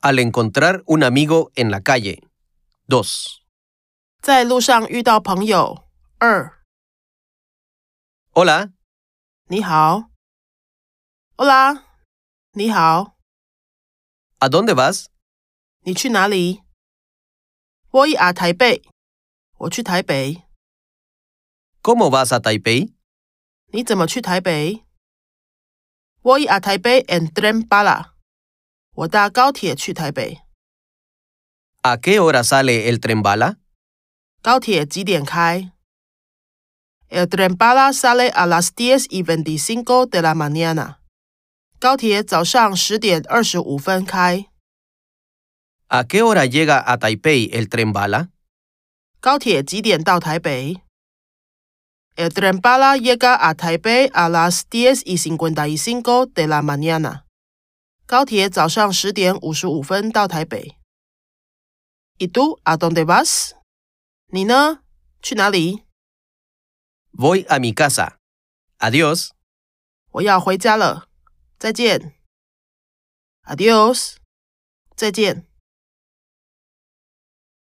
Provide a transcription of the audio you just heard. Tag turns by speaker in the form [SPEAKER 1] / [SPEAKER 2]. [SPEAKER 1] Al encontrar un amigo en la calle. 2.
[SPEAKER 2] 在路上遇到朋友。二，
[SPEAKER 1] Hola,
[SPEAKER 2] 你好。Hola，你好，
[SPEAKER 1] ¿a dónde vas?
[SPEAKER 2] 你去哪里？Voy a 台北，我去台北。
[SPEAKER 1] ¿Cómo vas a Taipei?
[SPEAKER 2] 你怎么去台北？Voy a 台北 en tren bala，我搭高铁去台北。
[SPEAKER 1] ¿A qué hora sale el tren bala?
[SPEAKER 2] 高铁几点开？El tren bala sale a las diez y veinticinco de la mañana。高铁早上十点二十五分开。
[SPEAKER 1] ¿A qué hora llega a Taipei el tren bala?
[SPEAKER 2] 高铁几点到台北？El tren bala llega a Taipei a las diez y cincuenta y cinco de la mañana。高铁早上十点五十五分到台北。¿Y tú a dónde vas？你呢？去哪里？
[SPEAKER 1] Voy a mi casa. Adiós.
[SPEAKER 2] 我要回家了，再见。Adios，再见。